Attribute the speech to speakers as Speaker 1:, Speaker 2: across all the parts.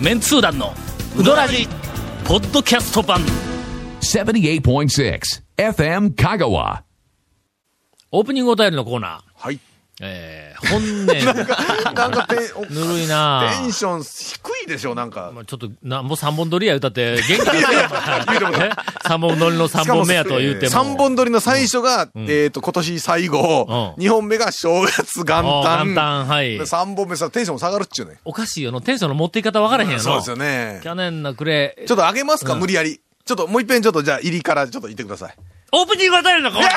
Speaker 1: メンツー団のウドラジポッドキャスト版
Speaker 2: 78.6 FM Kagawa.
Speaker 3: オープニングお便りのコーナー。
Speaker 4: はい。
Speaker 3: えー、本年、
Speaker 4: なんか テン、お
Speaker 3: ぬるいな
Speaker 4: テンション低いでしょ、なんか。
Speaker 3: まあちょっと、なんぼ3本撮りや言うたって、元気出せよ、お 前ね3本撮りの3本目やと言うても。
Speaker 4: 3本撮りの最初が、えっと、今年最後、
Speaker 3: うん
Speaker 4: 2本目が正月元
Speaker 3: あー
Speaker 4: 旦。
Speaker 3: 元旦はい
Speaker 4: で3本目さ、テンション下がるっちゅうね。
Speaker 3: おかしいよの、テンションの持っていき方わからへんやろ。
Speaker 4: そうですよね。ちょ
Speaker 3: 去年の暮れ、
Speaker 4: っと上げますか、無理やり。ちょっともう一遍ちょっとじゃあ入りからちょっと言ってください。
Speaker 3: オープニングお便りのコーナー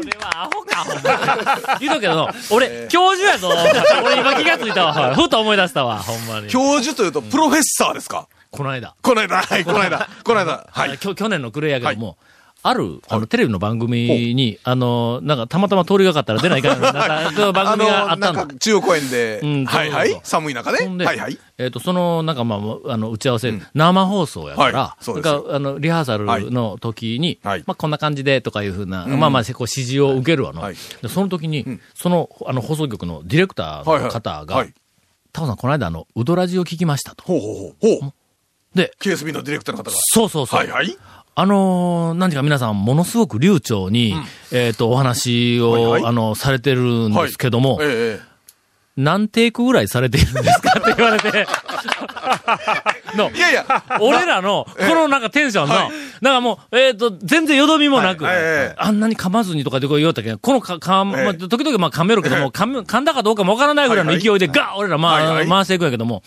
Speaker 3: 俺はアホか、ほんまに。言うとくけど、俺、教授やぞ。俺今気がついたわ。ふと思い出したわ、ほんまに。
Speaker 4: 教授というとプロフェッサーですか、
Speaker 3: この間。
Speaker 4: この間、はい、この間、この間、はい。
Speaker 3: きょ去年の暮れやけども、ある、あの、テレビの番組に、あの、なんか、たまたま通りがかったら出ないかん ような、なんかそういう番組があった
Speaker 4: なん
Speaker 3: だ
Speaker 4: んか。中央公園で、
Speaker 3: うん
Speaker 4: はい
Speaker 3: そうそ
Speaker 4: は
Speaker 3: うそ、
Speaker 4: いう寒い中
Speaker 3: ほん
Speaker 4: ね。
Speaker 3: で
Speaker 4: はいはい。
Speaker 3: えっ、と、その、なんかまあ、あの、打ち合わせ、生放送やから、
Speaker 4: はいそうです
Speaker 3: なんかあの、リハーサルの時に、
Speaker 4: はい
Speaker 3: まあ、こんな感じでとかいうふうな、まあまあ、こう、指示を受けるわの、
Speaker 4: はい
Speaker 3: でその時に、その、あの、放送局のディレクターの方が、
Speaker 4: はい。
Speaker 3: タオさん、この間、あの、ウドラジを聞きましたと。
Speaker 4: ほうほうほう。ほう。
Speaker 3: で、
Speaker 4: KSB のディレクターの方が。
Speaker 3: そうそうそう。
Speaker 4: はいはい。
Speaker 3: あのー、何ていうか皆さん、ものすごく流暢に、えっ、と、お話を、
Speaker 4: はいはい
Speaker 3: あの、されてるんですけども、
Speaker 4: ええええ。
Speaker 3: 何テイクぐらいされているんですかって言われ て、 の
Speaker 4: い、やいや、
Speaker 3: 俺らの、このなんかテンションの、なんかもう、えっ、と、全然よどみもなく、
Speaker 4: はいはいええ
Speaker 3: あんなに噛まずにとかでこう言おうたけど、このか、か、まあ、時々まあ噛めるけども、噛む噛んだかどうかもわからないぐらいの勢いで、ガー俺らまあ、
Speaker 4: はいはい
Speaker 3: 回していくんやけども、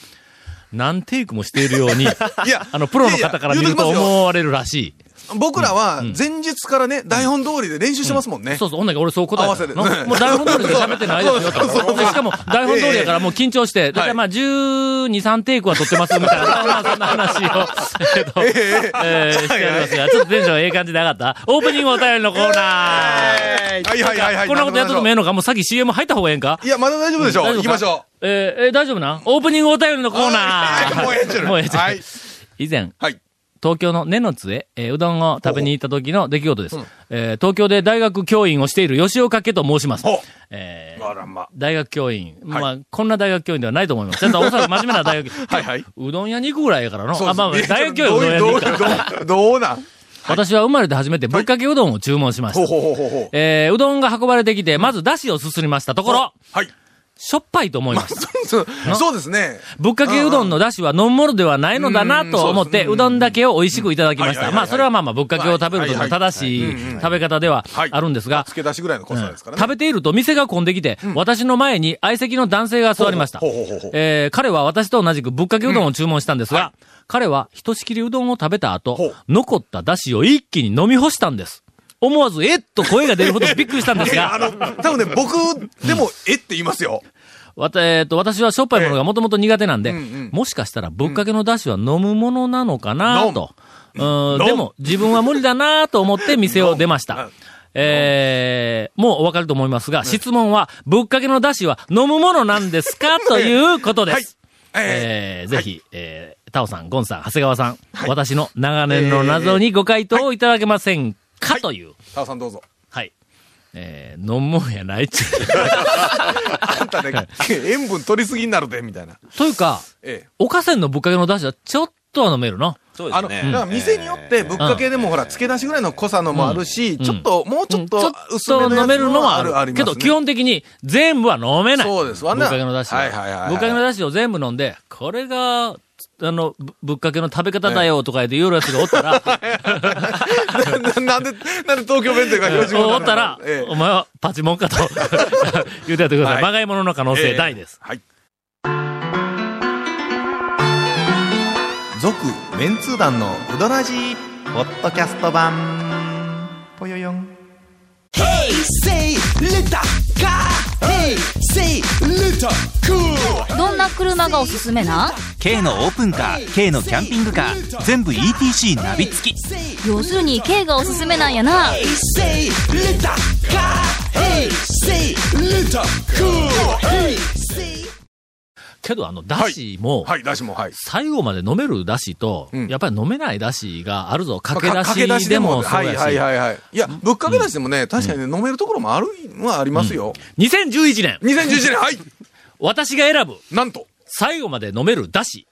Speaker 3: 何テイクもしているように、
Speaker 4: いや、
Speaker 3: あの、プロの方から見ると
Speaker 4: いやいや言うときますよ
Speaker 3: 思われるらしい。
Speaker 4: 僕らは前日からね、台本通りで練習してますもんね。
Speaker 3: そうそう、ほんだけ俺そう答えたの
Speaker 4: 合わせてね
Speaker 3: もう台本通りで喋ってないですよ
Speaker 4: そうそうそ
Speaker 3: と。
Speaker 4: う
Speaker 3: でしかも台本通りやからもう緊張して、だからまあ12、3テイクは撮ってますみ たいな、まあそんな話を、えっと、えーしておりますが、ちょっとテンションええ感じで上がったオープニングお便りのコーナー
Speaker 4: はいはいはいはい。
Speaker 3: こんなことやっとくもええ
Speaker 4: い
Speaker 3: のかもうさっき CM 入った方がええんか
Speaker 4: や、まだ大丈夫でしょう。
Speaker 3: 大丈夫
Speaker 4: 行
Speaker 3: か
Speaker 4: きましょ
Speaker 3: えーえー大丈夫なオープニングお便りのコーナ
Speaker 4: はい
Speaker 3: ー
Speaker 4: もうええんちゃう
Speaker 3: もうええんちゃう
Speaker 4: はい
Speaker 3: 以前、
Speaker 4: う。はい。
Speaker 3: 東京の根の杖、えーうどんを食べに行った時の出来事です。えー東京で大学教員をしている吉岡家と申します
Speaker 4: ほう。
Speaker 3: えー
Speaker 4: あらま。
Speaker 3: 大学教員。
Speaker 4: はい
Speaker 3: まあ、こんな大学教員ではないと思います。ちゃんとお そらく真面目な大学
Speaker 4: はいはいう
Speaker 3: どん屋に行くぐらいやからの。
Speaker 4: そう
Speaker 3: あ、まあ、
Speaker 4: です
Speaker 3: 大学教員うどん屋に
Speaker 4: ど
Speaker 3: 行
Speaker 4: う
Speaker 3: くから。
Speaker 4: どうどうなん
Speaker 3: 私は生まれて初めてぶっかけうどんを注文しました。
Speaker 4: ほうほうほうほうほう。
Speaker 3: えーうどんが運ばれてきて、まず出汁をすすりましたところ、
Speaker 4: はい。
Speaker 3: しょっぱいと思いました。
Speaker 4: そうそうですね。
Speaker 3: ぶっかけうどんの出汁は飲むものではないのだなと思って、うどんだけを美味しくいただきまし
Speaker 4: うんは
Speaker 3: た。
Speaker 4: いはいはい
Speaker 3: まあ、それはまあまあ、ぶっかけを食べると
Speaker 4: はいはいは
Speaker 3: の
Speaker 4: い
Speaker 3: 正しい食べ方ではあるんですが、
Speaker 4: 付け出しぐらいの濃さですからね。
Speaker 3: 食べていると店が混んできて、私の前に相席の男性が座りました
Speaker 4: ほうほうほうほう。
Speaker 3: えー彼は私と同じくぶっかけうどんを注文したんですが、彼はひとしきりうどんを食べた
Speaker 4: ほ
Speaker 3: 後
Speaker 4: う、
Speaker 3: 残った出汁を一気に飲み干したんです。思わず、えっと声が出るほどびっくりしたんです
Speaker 4: いや、
Speaker 3: が
Speaker 4: あ、の、多分ね、僕でも、えって言いますよ。
Speaker 3: わた、えーと、私はしょっぱいものがもともと苦手なんで、
Speaker 4: ええうんうん
Speaker 3: もしかしたらぶっかけの出汁は飲むものなのかな
Speaker 4: 飲む
Speaker 3: と。うん
Speaker 4: 飲む
Speaker 3: でも、自分は無理だなと思って店を出まし
Speaker 4: 飲む
Speaker 3: た
Speaker 4: うん。
Speaker 3: えー、もうお分かると思いますが、質問は、ぶっかけの出汁は飲むものなんですかということです。
Speaker 4: はい
Speaker 3: えー
Speaker 4: えー
Speaker 3: ぜひ、えー、タオさん、ゴンさん、長谷川さん、私の長年の謎にご回答をいただけませんか、という。
Speaker 4: タオさんどうぞ。
Speaker 3: はい。えー、飲むもんやないっちゅう
Speaker 4: あんたね、 塩分取りすぎになるで、みたいな。
Speaker 3: というか、
Speaker 4: ええ。
Speaker 3: おかせんのぶっかけの出汁はちょっとは飲めるな。
Speaker 5: そうで
Speaker 4: あ
Speaker 5: す
Speaker 4: の、だ
Speaker 5: ね。
Speaker 4: から店によって、ぶっかけでもほら、漬け出しぐらいの濃さのもあるし、
Speaker 3: ん
Speaker 4: ちょっと、もうちょっ
Speaker 3: うん
Speaker 4: と、薄めのやつ
Speaker 3: 飲めるのはある。
Speaker 4: ります
Speaker 3: け
Speaker 4: ね
Speaker 3: ど、基本的に全部は飲めない。
Speaker 4: そうです
Speaker 3: ぶっ
Speaker 4: わな
Speaker 3: かけの出汁は。
Speaker 4: はいはいはいはい
Speaker 3: ぶっかけの出汁を全部飲んで、これが、あの、ぶぶっかけの食べ方だよとか言って言うやつがおった ら、
Speaker 4: な なんで、なんで東京弁というか、広島
Speaker 3: おったら、
Speaker 4: え
Speaker 3: お前はパチモン かと言うてやってください。
Speaker 4: はい
Speaker 3: まがいものの可能性大です。
Speaker 4: はい。
Speaker 5: 続、メンツー団のウドラジー、ポッドキャスト版。ぽよよん。
Speaker 6: どんな車がおすすめなん
Speaker 7: K のオープンカー K のキャンピングカー全部 ETC ナビ付き
Speaker 6: 要するに軽がおすすめなんやな
Speaker 3: けど、あの、出汁も、
Speaker 4: はい、だしも、はい。
Speaker 3: 最後まで飲める出汁と、
Speaker 4: うん
Speaker 3: やっぱり飲めない出汁があるぞ。
Speaker 4: ま
Speaker 3: か
Speaker 4: あ
Speaker 3: け出
Speaker 4: かけ出
Speaker 3: し
Speaker 4: し
Speaker 3: で
Speaker 4: で
Speaker 3: も
Speaker 4: も、
Speaker 3: そ
Speaker 4: は
Speaker 3: う
Speaker 4: い
Speaker 3: や
Speaker 4: はい
Speaker 3: し。
Speaker 4: はいはい。いや、ぶっかけ出しでもね、確かにね、飲めるところもあるのはありますよ。
Speaker 3: 2011年、
Speaker 4: 2011年、はい
Speaker 3: 私が選ぶ
Speaker 4: なんと
Speaker 3: 最後まで飲めるだし。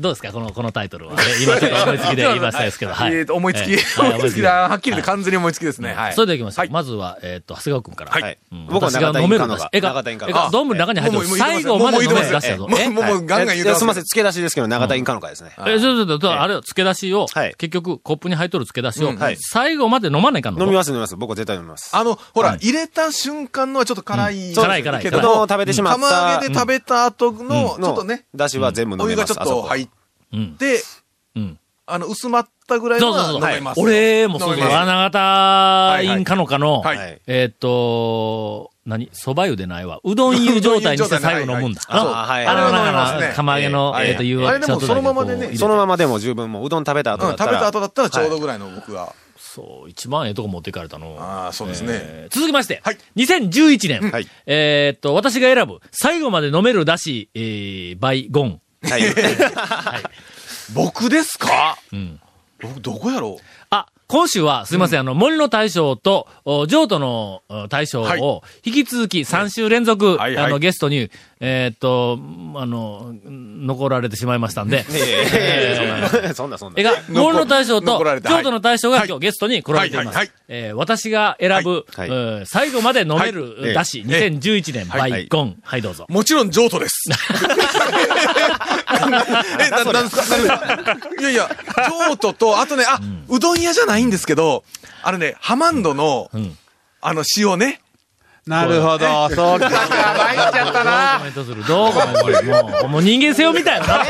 Speaker 3: どうですかこの、このタイトルは。ね今ちょっと思いつきで言いましたですけど。はい。
Speaker 4: えーと思いつき、
Speaker 3: えーは
Speaker 4: 思いつき だ。はっきり
Speaker 3: は
Speaker 4: と
Speaker 3: い
Speaker 4: 完全に思いつきですね。はい。
Speaker 3: それではいきましょう。
Speaker 4: はい
Speaker 3: まずは、えっ、と、長谷川くんから。
Speaker 5: はい
Speaker 3: うん
Speaker 8: 僕は
Speaker 3: 私が
Speaker 8: 中田
Speaker 3: 飲める
Speaker 8: インカの
Speaker 3: だし
Speaker 8: が。
Speaker 3: えか
Speaker 8: 中田インカ、の
Speaker 3: えか、どんぶん中に入ってます。最後まで飲めるだしだぞ。え
Speaker 4: もう、もう、ガンガン言うて
Speaker 8: い
Speaker 4: ま
Speaker 8: や
Speaker 4: す。
Speaker 8: すみません、付け出しですけど、永田インカの会ですね。
Speaker 3: え、そうそうそうそう、あれ、漬け出しを、
Speaker 8: はい
Speaker 3: 結局、コップに入っとる漬け出しを、
Speaker 4: うん
Speaker 8: はい
Speaker 3: 最後まで飲まないかんの
Speaker 8: 飲みます、飲みます。僕は絶対飲みます。
Speaker 4: あの、ほ
Speaker 3: は
Speaker 4: ら
Speaker 3: い、
Speaker 4: 入れた瞬間のはちょっと辛い。
Speaker 3: 辛い辛い
Speaker 4: け
Speaker 8: う
Speaker 4: ど
Speaker 8: どんを
Speaker 4: も、
Speaker 8: 食べてしまった。
Speaker 4: 釜揚げで食べた後の、ち
Speaker 8: うん
Speaker 4: ょっとね、
Speaker 8: 出汁は全部飲
Speaker 4: お湯
Speaker 8: め
Speaker 4: が
Speaker 8: ま
Speaker 4: ち
Speaker 8: す。
Speaker 4: ょっと入
Speaker 8: っ
Speaker 4: って、
Speaker 3: うん。
Speaker 4: あの、薄まったぐらい
Speaker 3: そうそうそう。
Speaker 4: は飲めます。
Speaker 3: 俺もそうそう、
Speaker 4: 飲めます
Speaker 3: 穴形インカのかの、
Speaker 4: はい
Speaker 8: はい
Speaker 3: えーっと、何蕎麦湯でないわ。うどん湯状態にして最後飲むんだ。
Speaker 8: うどん湯状態ねはいはい
Speaker 3: な
Speaker 8: あはい
Speaker 3: あれの
Speaker 4: あれ飲めます
Speaker 3: 中
Speaker 4: ね
Speaker 3: の、釜揚げの、
Speaker 8: はい
Speaker 3: えーっと、湯
Speaker 4: あれでも
Speaker 3: ちょっとだけこう
Speaker 4: そのままでね
Speaker 3: 入れて
Speaker 8: そのままでも十分、もううどん食べた後
Speaker 4: うん
Speaker 8: だ
Speaker 4: 食
Speaker 8: ったら。
Speaker 4: べた後だったらちょうどぐらいの僕は。
Speaker 3: そう、一番ええとこ持っていかれたの。
Speaker 4: ああ、そうですね。
Speaker 3: えー続きまして、
Speaker 4: はい
Speaker 3: 2011年、
Speaker 8: はい
Speaker 3: えーっと、私が選ぶ、最後まで飲めるだし、えー、バイゴン。
Speaker 8: はい。
Speaker 4: 僕ですか
Speaker 3: うん
Speaker 4: 僕、どこやろう
Speaker 3: あ、今週は、すいません、あの、森の大将と、お譲渡のお大将
Speaker 4: はい
Speaker 3: を、引き続き3週連続、
Speaker 4: はいはい
Speaker 3: あの、ゲストに、えーっと、んあの、ん残られてしまいましたんで、
Speaker 8: ええそんな、そん
Speaker 3: え
Speaker 8: な。
Speaker 3: が、
Speaker 4: 残
Speaker 3: 森の大将と
Speaker 4: 残られ、た
Speaker 3: 京都の大将が
Speaker 4: はい
Speaker 3: 今日ゲストに来られていま
Speaker 4: はいはいは
Speaker 3: す
Speaker 4: い。
Speaker 3: えー私が選ぶ、え
Speaker 8: はい
Speaker 3: ー最後まで飲め
Speaker 8: はい
Speaker 3: る
Speaker 8: え
Speaker 3: だし、2011年、バイゴン。はい、どうぞ。
Speaker 4: もちろん譲 渡です。え、な、なんですかなんですかいやいや、譲渡と、あとね、あ、うどん屋じゃないんですけど、あれね、ハマンドの
Speaker 3: ん、
Speaker 4: あの、塩ね。
Speaker 7: なるほど、そう
Speaker 5: 参
Speaker 7: か。
Speaker 5: っちゃった
Speaker 3: どうコメントするどうコメントするもう、もう人間性を見たよな。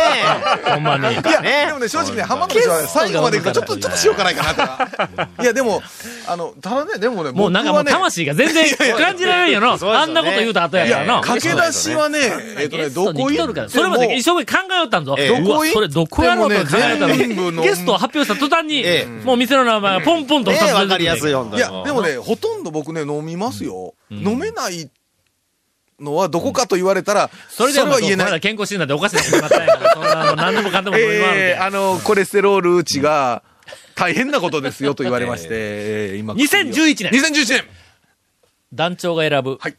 Speaker 3: ほんまに。
Speaker 4: いや、でもね、正直ね、ハマンドの塩は最後まで行くと、ちょっと、ちょっと塩辛いかなとか。いや、でも、あの、ただね、でもね、
Speaker 3: もうなんかもう
Speaker 4: 僕はね
Speaker 3: 魂が全然感じられんよ
Speaker 8: そうですよ
Speaker 3: な。
Speaker 8: ね
Speaker 3: あんなこと言うた後や
Speaker 4: い
Speaker 3: から
Speaker 4: や、
Speaker 3: な。
Speaker 4: 駆け出しはね、えっと
Speaker 3: ゲ
Speaker 4: ね、
Speaker 3: ス
Speaker 4: ど
Speaker 3: トに
Speaker 4: こ
Speaker 3: 来
Speaker 4: 行
Speaker 3: と
Speaker 4: っ
Speaker 3: るから。
Speaker 4: て
Speaker 3: それまで一
Speaker 4: も、
Speaker 3: 生懸命考えよったんぞ。
Speaker 8: ええ
Speaker 3: うわ、それどこやろうと考えたの
Speaker 4: でもね全部
Speaker 3: に
Speaker 4: の
Speaker 3: ゲストを発表した途端に、
Speaker 8: ええ
Speaker 3: もう店の名前がポンポンと
Speaker 8: え
Speaker 3: 二つ出てく
Speaker 8: え
Speaker 3: る
Speaker 8: わかりやすい、本当
Speaker 4: い
Speaker 8: に。
Speaker 4: や、でもね、ほとんど僕ね、飲みますよ。飲めないのはどこかと言われたら、
Speaker 3: それでは
Speaker 4: は言え
Speaker 3: ま
Speaker 4: ない
Speaker 3: だ。健康診断でおかしなことになったんやから、そんなの何でもかんでも飲み回る
Speaker 4: え
Speaker 3: け
Speaker 4: ー、あの、コレステロール値が大変なことですよと言われまして、 えー今。
Speaker 3: 2011年、
Speaker 4: 2011年
Speaker 3: 団長が選ぶ、
Speaker 4: はい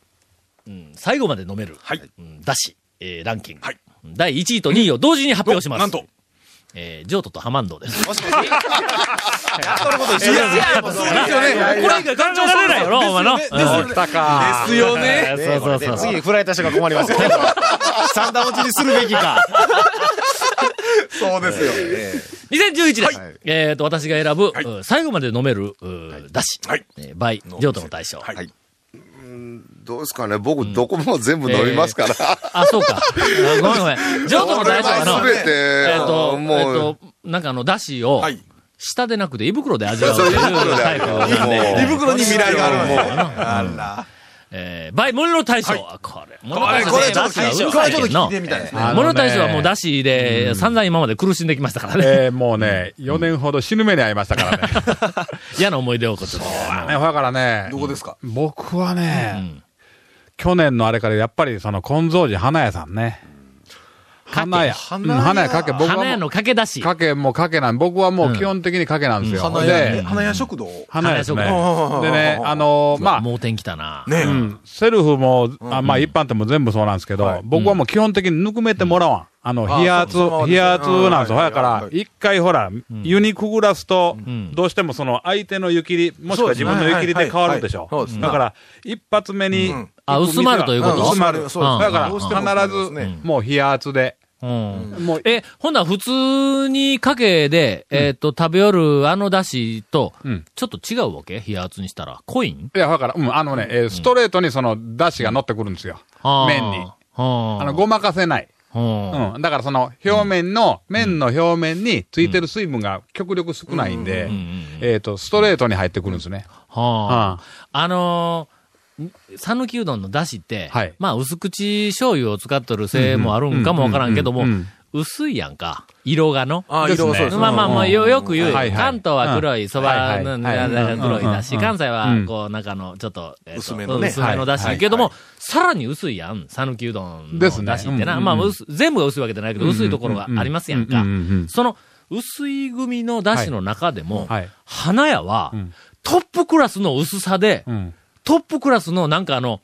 Speaker 3: うん最後まで飲める、
Speaker 4: はい
Speaker 3: うんだし、えーランキング、
Speaker 4: はい
Speaker 3: 第1位と2位を同時に発表します。
Speaker 4: なんと。
Speaker 3: えー、ジョートとハマンドです。
Speaker 8: もしもし。そのこと一
Speaker 4: い
Speaker 8: 緒ですよ。
Speaker 4: や、そうですよね。
Speaker 3: これ以外感情が出ないよな、お前の。
Speaker 4: ですよねですよね。ですよね。
Speaker 3: そうそうそう。
Speaker 8: 次、振られた人が困りますよ。三段落ちにするべきか。
Speaker 4: そうですよ。えー
Speaker 3: 2011年、えっ、と、私が選ぶ、
Speaker 4: い
Speaker 3: うん最後まで飲める、うだし、
Speaker 4: はい
Speaker 3: えー、バイ、譲渡の大将。
Speaker 4: はい。
Speaker 9: どうですかね僕、どこも全部飲みますから。
Speaker 3: あ、そうか。あごめんごめん。譲渡の大将は
Speaker 4: こ
Speaker 3: の、
Speaker 4: れ
Speaker 9: 全
Speaker 4: は
Speaker 9: て、
Speaker 3: えっ、と、えっ、
Speaker 9: もう、
Speaker 3: と、なんかあの、だしを、
Speaker 4: はい。
Speaker 3: 舌でなくて胃袋で味わうと
Speaker 9: そう
Speaker 3: い
Speaker 9: 胃
Speaker 3: う
Speaker 9: 袋で
Speaker 3: タイプなん
Speaker 9: も
Speaker 4: 胃
Speaker 9: う
Speaker 3: で、
Speaker 4: 袋に未来があるもう。
Speaker 3: えー、バイ、森の大将。あこれ、森の
Speaker 4: これ、
Speaker 3: 大将
Speaker 4: これ、ち
Speaker 3: だし
Speaker 4: ょっと聞
Speaker 3: がうまい
Speaker 4: いて、
Speaker 3: けど
Speaker 4: これちょっと聞い
Speaker 3: の
Speaker 4: てみたいですね。
Speaker 3: 森の大将はもうだしで、散々今まで苦しんできましたからね。
Speaker 10: えーもうね、4年ほど死ぬ目に遭いましたからね。
Speaker 3: 嫌な思い出をこっちに
Speaker 10: ね だからね
Speaker 4: ど、こですか
Speaker 10: 僕は
Speaker 3: う
Speaker 10: ね
Speaker 3: ん、
Speaker 10: 去年のあれからやっぱりその金蔵寺花屋さんね。花屋。うん花屋かけ、僕は
Speaker 3: 花屋
Speaker 10: も
Speaker 3: の駆け出し
Speaker 10: う、。かけもうかけなん、僕はも
Speaker 3: う
Speaker 10: うん基本的にかけなんですよ。
Speaker 4: 花屋、
Speaker 10: で、
Speaker 4: 花屋食堂
Speaker 10: 花屋ですね
Speaker 3: 花
Speaker 4: 屋。
Speaker 10: でね、あのー、まあ、
Speaker 3: もう天気だな。
Speaker 4: ね
Speaker 10: う。んセルフも、あまあ一般店も全部そうなんですけど、僕はもう基本的にぬくめてもらわん。あの、
Speaker 4: あ
Speaker 10: 冷圧、
Speaker 4: そうそう
Speaker 10: 冷圧なんで
Speaker 4: う
Speaker 10: すよ。
Speaker 4: ん
Speaker 10: だか
Speaker 4: はいはい
Speaker 10: ら
Speaker 4: は、い
Speaker 10: 一回ほら、湯にくぐらすと
Speaker 3: ん、
Speaker 10: どうしてもその相手の湯切り、もしくは自分の湯切りで変わるでしょ。
Speaker 4: そうですね
Speaker 10: だから、一発目に
Speaker 4: うん、
Speaker 3: あ薄まるということ
Speaker 10: ん薄まる。
Speaker 4: そうです
Speaker 3: うん
Speaker 10: だか
Speaker 4: どうしても
Speaker 10: ら、
Speaker 4: そうです
Speaker 10: 必
Speaker 4: ね
Speaker 10: ず、もう冷圧で。
Speaker 3: うん。
Speaker 10: もう、
Speaker 3: え、ほんなら普通にかけで、えっと、食べよるあのだしと
Speaker 10: うん、
Speaker 3: ちょっと違うわけ冷圧にしたら。コイン
Speaker 10: いや、だから、うん、あのね、えーストレートにその、出汁が乗ってくるんですよ。麺に。。
Speaker 3: あ
Speaker 10: あ
Speaker 3: ー
Speaker 10: の、ごまかせない。
Speaker 3: うん
Speaker 10: うん。だからその表面の、麺の表面についてる水分が極力少ないんで、えっと、ストレートに入ってくるんですね。
Speaker 3: は
Speaker 10: うん
Speaker 3: あ。あのー、ん讃岐うどんの出汁って、
Speaker 10: はい
Speaker 3: まあ、薄口醤油を使っとるせいもあるんかもわからんけども、
Speaker 10: うんうんうん
Speaker 3: 薄いやんか。色がの。
Speaker 4: あ、色そうです
Speaker 3: まあまあまあ、よ、よく言うよ。
Speaker 10: はいはい
Speaker 3: 関東は黒いそば
Speaker 10: はい
Speaker 3: の、
Speaker 10: はい
Speaker 3: なんか黒いだ
Speaker 10: う
Speaker 3: し、
Speaker 10: んうんう
Speaker 3: 関
Speaker 10: ん
Speaker 3: 西は
Speaker 10: うん
Speaker 3: こう、なんかあの、ちょっと、えっと
Speaker 4: 薄めのね
Speaker 3: 薄めのだ
Speaker 10: は
Speaker 3: し。
Speaker 10: い
Speaker 3: けど
Speaker 4: は
Speaker 3: も、さらに薄いやん。讃岐うどんのだ
Speaker 10: で
Speaker 3: し
Speaker 10: す
Speaker 3: っ
Speaker 10: ね
Speaker 3: て
Speaker 10: うんうん
Speaker 3: な。
Speaker 10: うん
Speaker 3: まあ、薄全部が薄いわけじゃないけど、薄いところがありますやんか
Speaker 10: うんうんうんうんうんう。ん
Speaker 3: その、薄い組のだしの中でも
Speaker 10: はいはい、
Speaker 3: 花屋は
Speaker 10: うん、
Speaker 3: トップクラスの薄さで
Speaker 10: う、ん。
Speaker 3: トップクラスのなんかあの、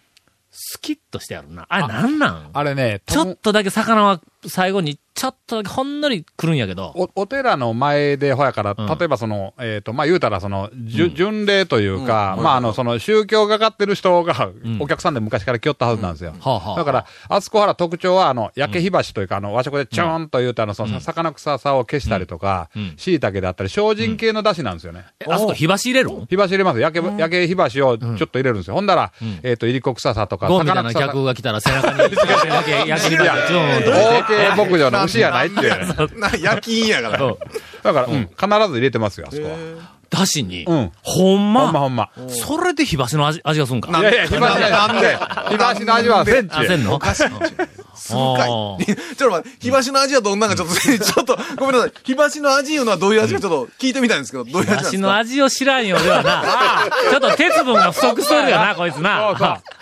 Speaker 3: スキッとしてあるな。あれ、なんなん
Speaker 10: あれね、
Speaker 3: ち
Speaker 10: 多
Speaker 3: ょっ
Speaker 10: 分
Speaker 3: とだけ魚は最後に、ちょっとだけほんのり来るんやけど。
Speaker 10: お、お寺の前で、ほやから、
Speaker 3: うん
Speaker 10: 例えばその、えっ、と、まあ、言うたら、その、じゅ、巡礼というか、まあ、あの、その、宗教がかってる人が、
Speaker 3: ん
Speaker 10: お客さんで昔から来よったはずなんですよ。
Speaker 3: はあはあ
Speaker 10: だから、あそこはら特徴は、あの、焼け火橋というか、あの、和食でちょーんと言うと、あの、その、魚臭さを消したりとか
Speaker 3: うんうん、
Speaker 10: 椎茸だったり、精進系の出汁なんですよね。
Speaker 3: えあそこ火箸入れるん
Speaker 10: 火箸入れます。焼け、焼け火箸をちょっと入れるんですよ。ほんだら、えっと、いりこ臭さとか、
Speaker 3: ゴンみたいな
Speaker 10: さと
Speaker 3: 客が来たら背中に、焼け、焼けにまで、ジョーンと
Speaker 10: か。
Speaker 3: 入
Speaker 10: オーケー牧場の牛やな いって。
Speaker 4: な、夜勤やから。
Speaker 3: れて。
Speaker 10: だから、うん、必ず入れてますよ、あそこは。
Speaker 3: だしに
Speaker 10: うん、
Speaker 3: ほん
Speaker 10: ほんまほ
Speaker 3: ま、
Speaker 10: んま。
Speaker 3: それで火箸の味、味がするんか。
Speaker 10: いやいや、火箸じゃなんで、火箸の味はセンチ
Speaker 3: あ。せんの
Speaker 4: おかしい。するかい。ち
Speaker 3: あ
Speaker 4: ょ
Speaker 3: ー
Speaker 4: っと待って、火箸の味はどんなんかちょっと、ちょっと、ごめんなさい。火箸の味いうのはどういう味かちょっと聞いてみたいんですけど、どういう味なんです
Speaker 3: 私
Speaker 4: か
Speaker 3: の味を知らんようではな。ちょっと鉄分が不足するよな、こいつな。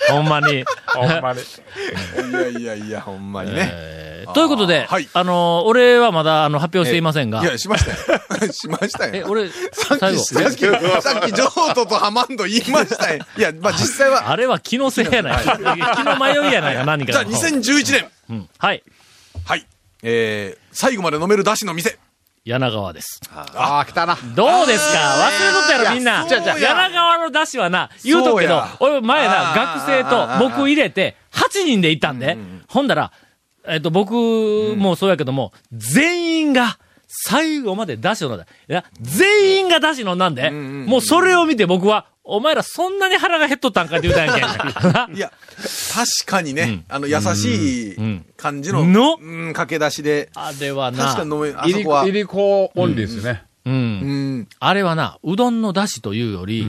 Speaker 3: ほんまに。
Speaker 10: ほんまに。
Speaker 4: いやいやいや、ほんまにね。
Speaker 3: えーということで、
Speaker 4: はい
Speaker 3: あのー、俺はまだ、あの、発表していませんが
Speaker 4: い、や、しましたよ。 しました
Speaker 3: え、
Speaker 4: よ。
Speaker 3: 俺、
Speaker 4: さっ
Speaker 3: 最
Speaker 4: き、
Speaker 3: 後、
Speaker 4: さっき、さっき、ジョートとハマンド言いましたよ。いや、まあ実際は、
Speaker 3: あれは気のせいやない。気の迷いやないか、何か
Speaker 4: じゃあ
Speaker 3: の。
Speaker 4: 2011年。
Speaker 3: うんはい。
Speaker 4: はい。えー、最後まで飲める出汁の店。
Speaker 3: 柳川です。
Speaker 10: ああ、来たな。
Speaker 3: どうですか忘れとったやろ、みんな。
Speaker 4: いやそうや
Speaker 3: 柳川の出汁はな、言うとくけ
Speaker 4: そ
Speaker 3: ど
Speaker 4: うや、
Speaker 3: 俺前な、
Speaker 4: あー
Speaker 3: 学生と僕入れて、8人で行ったんで、ほんだら、えっと、僕もそうやけども、全員が、最後まで出汁を飲んだ。いや、全員が出汁飲んだんで、もうそれを見て僕は、お前らそんなに腹が減っとったんかって言うたんやけん
Speaker 4: いや、確かにね、あの、優しい感じの、
Speaker 3: の
Speaker 4: うん、駆け出しで、
Speaker 3: あれはな、
Speaker 4: 確かに飲め、あ
Speaker 10: い
Speaker 4: そ
Speaker 10: り
Speaker 4: こ
Speaker 10: こ、
Speaker 4: は。
Speaker 10: いりこオンリーですよね。
Speaker 3: うん
Speaker 4: う。ん。
Speaker 3: あれはな、うどんの出汁というより、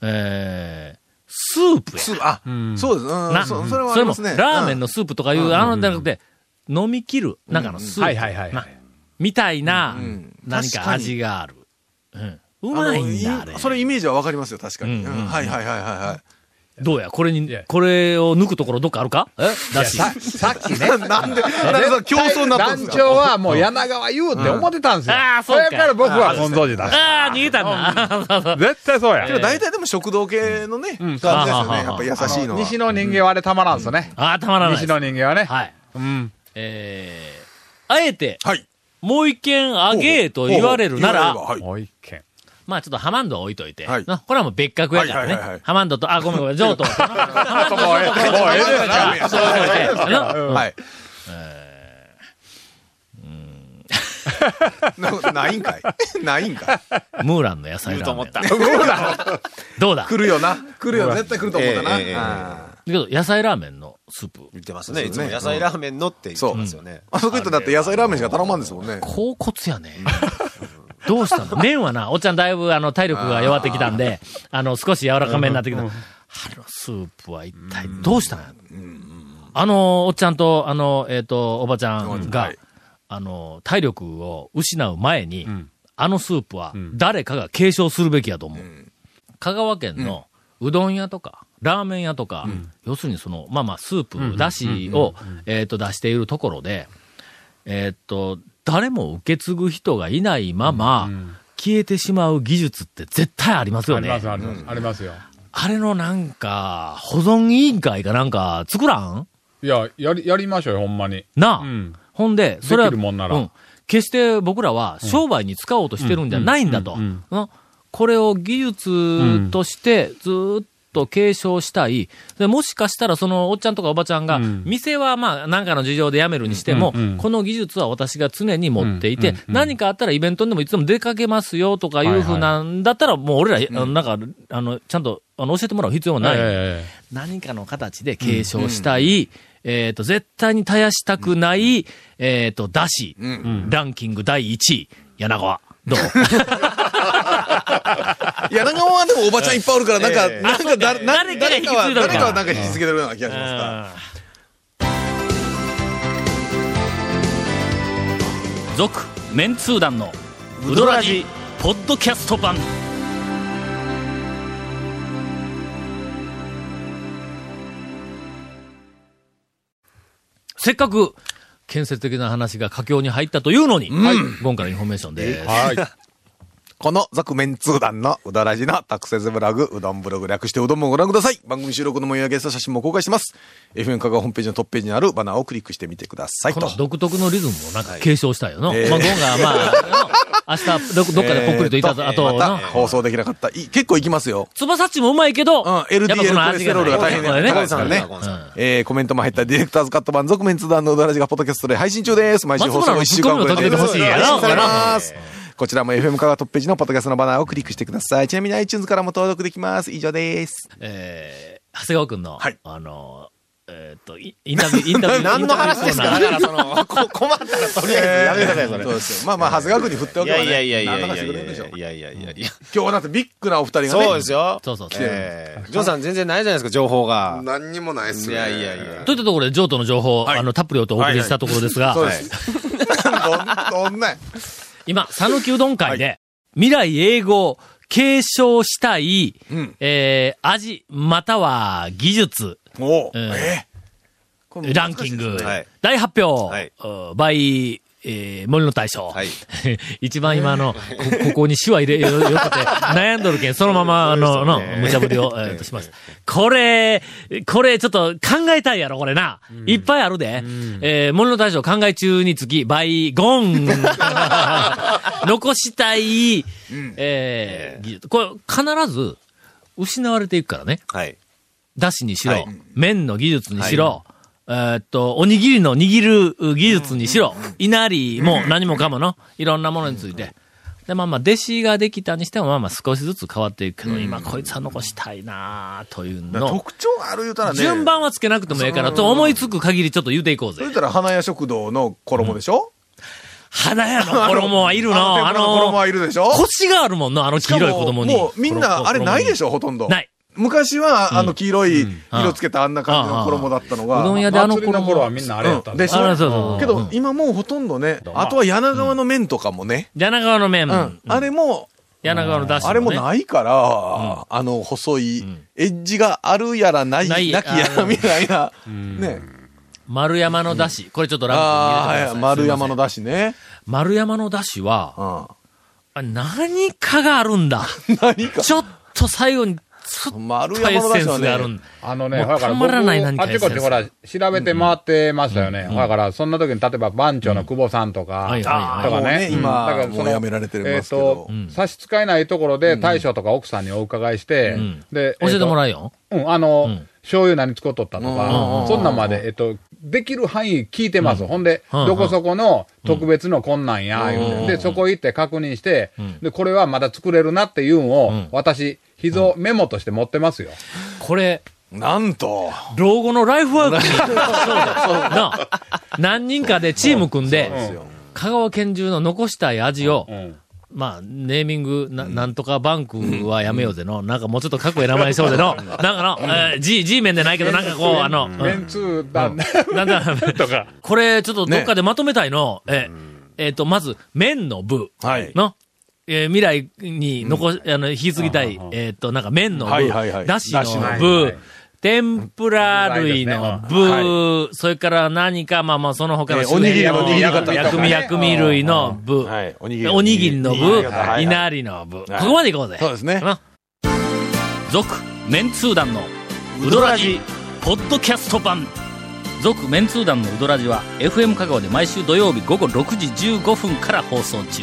Speaker 3: えー、スープや。
Speaker 4: すあ、そうです。う、
Speaker 3: なん
Speaker 4: そそれは
Speaker 3: そ
Speaker 4: あり
Speaker 3: れ
Speaker 4: ま
Speaker 3: も
Speaker 4: すね。、
Speaker 3: ラーメン
Speaker 4: うん
Speaker 3: のスープとかいう、あの、じゃなくて、飲み切る、中のスープ。
Speaker 10: はいはいはい
Speaker 3: なみたいな
Speaker 4: うん、
Speaker 3: 何か味がある。うんうまいんだ、あ
Speaker 4: あの
Speaker 3: れ
Speaker 4: い。それイメージはわかりますよ、確か
Speaker 3: う
Speaker 4: に。うんん
Speaker 3: うんうん
Speaker 4: はいはいはいはい
Speaker 3: どうやこれに
Speaker 10: や、
Speaker 3: これを抜くところどっかあるかえだし。
Speaker 10: ささっきね。
Speaker 4: はい。なんで、なんでその競争になったんです
Speaker 10: 団
Speaker 4: か
Speaker 10: 長はもう柳川言うって思ってたんですよ。
Speaker 3: うんあーそうか
Speaker 10: れから僕は本当時だし。
Speaker 3: ああ、逃げたんだ。そう そう
Speaker 10: 絶対そうや。
Speaker 4: けど大体でも食堂系のね、感じです
Speaker 3: はあ
Speaker 4: よ
Speaker 3: はあ
Speaker 4: ね。やっぱ優しいのは。
Speaker 10: 西の人間はあれたまらんっすね。
Speaker 3: ああ、たまらないで
Speaker 10: 西
Speaker 3: す。
Speaker 10: の人間はね。
Speaker 3: はい。
Speaker 10: うん。
Speaker 3: えー、あえて、
Speaker 4: はい。
Speaker 3: もう一軒あげーと言われるな
Speaker 4: 言わ
Speaker 3: ら、
Speaker 4: れればはい。
Speaker 10: もう一軒。
Speaker 3: まあちょっとハマンドは置いといて。
Speaker 4: はい
Speaker 3: なこれはもう別格やから
Speaker 4: はいはいはいは
Speaker 3: ね
Speaker 4: い。
Speaker 3: ハマンドと、あ、ごめんごめん、ジ ョーと。ハマンドとジョーと、
Speaker 10: もうええ
Speaker 4: ええな
Speaker 3: あそう置いといて。な
Speaker 4: はい。なないんかいないんかい
Speaker 3: ムーランの野菜ラーメン。どうだ
Speaker 4: 来るよな。来るよ。絶対来ると思うんだな。
Speaker 8: ええええええ
Speaker 4: あー
Speaker 3: だけど、野菜ラーメンのスープ。
Speaker 8: 言ってますね。いつも野菜ラーメンのって言ってますよね。
Speaker 4: あそこ行ったらだって野菜ラーメンしか頼まんですも んね。
Speaker 3: 甲骨やね。どうした の麺はな、おっちゃんだいぶあの体力が弱ってきたんで、あの少し柔らかめになってきた。あのスープは一体どうしたんやあの、おっちゃんと、あの、えっ、と、おばちゃんが、あの、体力を失う前に、あのスープは誰かが継承するべきやと思う。香川県のうどん屋とか、ラーメン屋とか、要するにその、まあまあ、スープ、だしを、えっと、出しているところで、えーっと、誰も受け継ぐ人がいないまま、消えてしまう技術って絶対ありますよ
Speaker 10: あり
Speaker 3: ね。
Speaker 10: ます、
Speaker 3: あ
Speaker 10: あります。ありますよ。
Speaker 3: れのなんか、保存委員会かなんか作らん
Speaker 10: いや、やり、やりましょうよ、ほんまに。
Speaker 3: なあ、
Speaker 10: うん
Speaker 3: ほんで、それは、
Speaker 10: できるもんなら
Speaker 3: う決して僕らは商売に使おうとしてるんじゃないんだと。
Speaker 10: うんうんうん
Speaker 3: うんこれを技術としてずーっと継承したい。でもしかしたらそのおっちゃんとかおばちゃんが、
Speaker 10: うん
Speaker 3: 店はまあ何かの事情で辞めるにしても、
Speaker 10: うんうん
Speaker 3: この技術は私が常に持っていて、
Speaker 10: うんうんうん
Speaker 3: 何かあったらイベントでもいつでも出かけますよとかいうふうなんだったら、もう俺ら、あのなんか、あの、ちゃんと、あの、教えてもらう必要はない。
Speaker 10: え
Speaker 3: 何かの形で継承したい、えっ、と、絶対に絶やしたくない、えっ、と、だし、ランキング第1位、柳川。どう
Speaker 4: 柳川はでもおばちゃんいっぱいおるから、なんか、なんかだ、な
Speaker 3: 誰かが
Speaker 4: 誰
Speaker 3: 引き
Speaker 4: か
Speaker 3: 継いだのか
Speaker 4: は、誰かはなんか引き継げてるような気がしますな
Speaker 3: 続、メンツー団の、ウドラジ、ポッドキャスト版。せっかく、建設的な話が佳境に入ったというのに、今回のインフォメーションです。
Speaker 10: えはい。
Speaker 4: この続面通談のうどらじの特設ブログ、うどんブログ略してうどんもご覧ください。番組収録の模様やゲスト写真も公開してます。FM 香川ホームページのトップページにあるバナーをクリックしてみてください
Speaker 3: ことの。独特のリズムをなんか継承したよの。
Speaker 4: ええ
Speaker 3: まあ、ゴンが、まあ、あの明日ど、どっかでぽっくりといた
Speaker 4: えー
Speaker 3: 後
Speaker 4: また
Speaker 3: の。
Speaker 4: 放送できなかった。い結構いきますよ。
Speaker 3: つばさっちもうまいけど、
Speaker 4: うん LDL
Speaker 3: やっぱこの味
Speaker 4: コレステロールが大変だよね
Speaker 3: そうだ
Speaker 4: 高橋さんね
Speaker 3: うん
Speaker 4: えー、コメントも入ったディレクターズカット版続面通談のうどらじがポッドキャストで配信中です。毎週
Speaker 3: 松
Speaker 4: 放
Speaker 3: 村
Speaker 4: 送
Speaker 3: の
Speaker 4: 1
Speaker 3: ツッ
Speaker 4: 週
Speaker 3: コ
Speaker 4: 間
Speaker 3: ミを
Speaker 4: 分
Speaker 3: 届けてほしいやろ。
Speaker 4: こちらも FM カガトップページのポッドキャストのバナーをクリックしてください。ちなみに iTunes からも登録できます。以上です。
Speaker 3: えー、長谷川くんの、
Speaker 4: はい
Speaker 3: あの、えーっと、イインタ ビュー、インタビュー、
Speaker 8: 何の話ですか
Speaker 3: インタビューコーナー
Speaker 8: だからその、こ困ったらとりあえずやめてください、それ
Speaker 4: そう。ですよ。まあまあ、長谷川君に振ってお
Speaker 8: い
Speaker 4: けば
Speaker 8: や
Speaker 4: ね。
Speaker 8: いやいやいや
Speaker 4: な
Speaker 8: い
Speaker 4: んとか
Speaker 8: や
Speaker 4: して
Speaker 8: い
Speaker 4: くれる
Speaker 8: や
Speaker 4: でしょ。
Speaker 8: いやいやいやいや。
Speaker 4: 今日はだってビッグなお二人がね。
Speaker 8: そうですよ。
Speaker 3: そうそうそう。
Speaker 8: えージョーさん全然ないじゃないですか、情報が。
Speaker 9: 何にもないっす
Speaker 8: い
Speaker 9: ね。
Speaker 8: やいやいや
Speaker 3: と。いったところで、ジョーとの情報、あの、たっぷりとお送りしたところですが、
Speaker 4: そうです。どん、どんなんや
Speaker 3: 今、讃岐うどん会で、未来英語を継承したい、
Speaker 4: うん
Speaker 3: えー、味、または技術、
Speaker 4: おう
Speaker 3: うん
Speaker 4: えーこれ
Speaker 3: ラ
Speaker 4: 難
Speaker 3: ン
Speaker 4: しい
Speaker 3: キ
Speaker 4: です
Speaker 3: ン
Speaker 4: ね
Speaker 3: グ、
Speaker 8: はい
Speaker 3: 大発表、
Speaker 8: はい
Speaker 3: うんバイ、えー、森の大将。
Speaker 8: はい
Speaker 3: 一番今あの、こ ここに手話入れよ、よくて、悩んどるけん、そのまま、あの、の、無茶ぶりを、えーとします。これ、これ、ちょっと考えたいやろ、これな。いっぱいあるで。えー、森の大将考え中につき、バイ、ゴン。残したい、えー、技術。これ、必ず、失われていくからね。
Speaker 8: はい。
Speaker 3: だしにしろ、
Speaker 8: はい
Speaker 3: 麺の技術にしろ、えーっと、おにぎりの握る技術にしろ、いなりも何もかもの、いろんなものについて。で、まあまあ、弟子ができたにしても、まあまあ少しずつ変わっていくけど、今こいつは残したいなあというの。
Speaker 4: 特徴ある言うたらね。
Speaker 3: 順番はつけなくてもええから、と思いつく限りちょっと言うていこうぜ
Speaker 4: そう言。ったら花屋食堂の衣でしょ
Speaker 3: 花屋の衣はいるの。 あ
Speaker 4: あの天ぷらの
Speaker 3: の、
Speaker 4: 衣はいるでしょ
Speaker 3: 腰があるもんの、あの黄色い子供に。
Speaker 4: もうみんなあれないでし
Speaker 3: ょ
Speaker 4: ょ、ほとんど。
Speaker 3: ない。
Speaker 4: 昔は、あの、黄色い色つけたあんな感じ
Speaker 3: うん
Speaker 4: の衣だったのが。
Speaker 3: うどん屋であの
Speaker 10: 祭りの頃
Speaker 3: 頃
Speaker 10: はみんなあれやったん
Speaker 4: で
Speaker 10: で
Speaker 4: しょ
Speaker 3: あそうそうそう
Speaker 4: け
Speaker 3: う
Speaker 4: ど
Speaker 3: ん、
Speaker 4: 今もうほとんどね、あとは柳川の麺とかもね。
Speaker 3: 柳川の麺。
Speaker 4: うん。あれも、
Speaker 3: 柳川のだし、ね。
Speaker 4: あれもないから、あの、細い、エッジがあるやらない、
Speaker 3: な
Speaker 4: ないきや
Speaker 3: あ
Speaker 4: ら
Speaker 3: ー
Speaker 4: みたいな。ね。
Speaker 3: 丸山のだし、これちょっとラ
Speaker 4: あ
Speaker 3: ム君
Speaker 4: あー、
Speaker 3: 入れてく
Speaker 4: はい。
Speaker 3: ださい。
Speaker 4: 丸山の
Speaker 3: だし。
Speaker 4: だしね。
Speaker 3: 丸山のだし
Speaker 4: う
Speaker 3: は、
Speaker 4: ん。
Speaker 3: あ何かがあるんだ。
Speaker 4: 何か。
Speaker 3: ちょっと最後に、ちょっ
Speaker 4: 丸
Speaker 3: とエ
Speaker 4: 山の
Speaker 3: ッ
Speaker 4: だ
Speaker 3: セ
Speaker 4: し
Speaker 3: ン
Speaker 4: は
Speaker 3: スがある
Speaker 4: ね
Speaker 3: ん。だ。
Speaker 10: あ
Speaker 3: も
Speaker 10: のね、
Speaker 3: う
Speaker 10: ほやから
Speaker 3: た
Speaker 10: 僕、
Speaker 3: まらない何か
Speaker 10: あちこちほら、調べて回ってましたよね。ほやから、そんな時に、例えば番長の久保さんとか、
Speaker 3: はいはい
Speaker 10: と
Speaker 3: は
Speaker 10: か
Speaker 4: もうね
Speaker 10: ね。
Speaker 4: 今
Speaker 10: だからその
Speaker 4: もうやめられてますけ
Speaker 10: え
Speaker 4: ど
Speaker 10: ーと、差し支えないところで、大将とか奥さんにお伺いして
Speaker 3: ん、
Speaker 10: で、
Speaker 3: い。教えても
Speaker 10: う。
Speaker 3: らえよ。
Speaker 10: うん、あの、
Speaker 3: うん
Speaker 10: 醤油何使っとったとか、そんなんまで、えっと、できる範囲聞いてます。ほんで、
Speaker 3: うん
Speaker 10: どこそこの特別のこんなんや、言うてで、そこ行って確認して、で、これはまだ作れるなっていうんを、私、膝をメモとして持ってますよ。
Speaker 3: これ、
Speaker 4: なんと。
Speaker 3: 老後のライフワークに。そうだなあ何人かでチーム組んで、香川県中の残したい味を、
Speaker 10: ん
Speaker 3: まあ、ネーミング、な、なんとかバンクはやめようぜの。なんかもうちょっとかっこいい名前にしようぜの。なんかの、えー、G、G 面でないけど、なんかこう、あの、うん
Speaker 10: メンツーだ、
Speaker 3: なんだ、とか。これ、ちょっとどっかでまとめたいの。え、えっ、と、まず、麺の部。
Speaker 4: はい
Speaker 3: の。えー未来に残し、あの、引き継ぎたい、えっ、と、なんか麺の部。
Speaker 4: はいはいはい
Speaker 3: だしの
Speaker 4: だしの
Speaker 3: 部。
Speaker 10: はい
Speaker 3: 天ぷら類の部、
Speaker 4: はい
Speaker 3: それから何か、まあまあ、その他の
Speaker 4: えーおにぎりの握り方とかね
Speaker 3: 薬味、薬味類の部、
Speaker 4: はいおにぎりの
Speaker 3: おにぎりの部、
Speaker 4: はい
Speaker 3: いなりの部、
Speaker 4: はい
Speaker 3: ここまでいこうぜ。
Speaker 4: そうですね。
Speaker 3: な
Speaker 1: 続メンツー団のウドラジポッドキャスト版続メンツー団のウドラジは FM 香川で毎週土曜日午後6時15分から放送中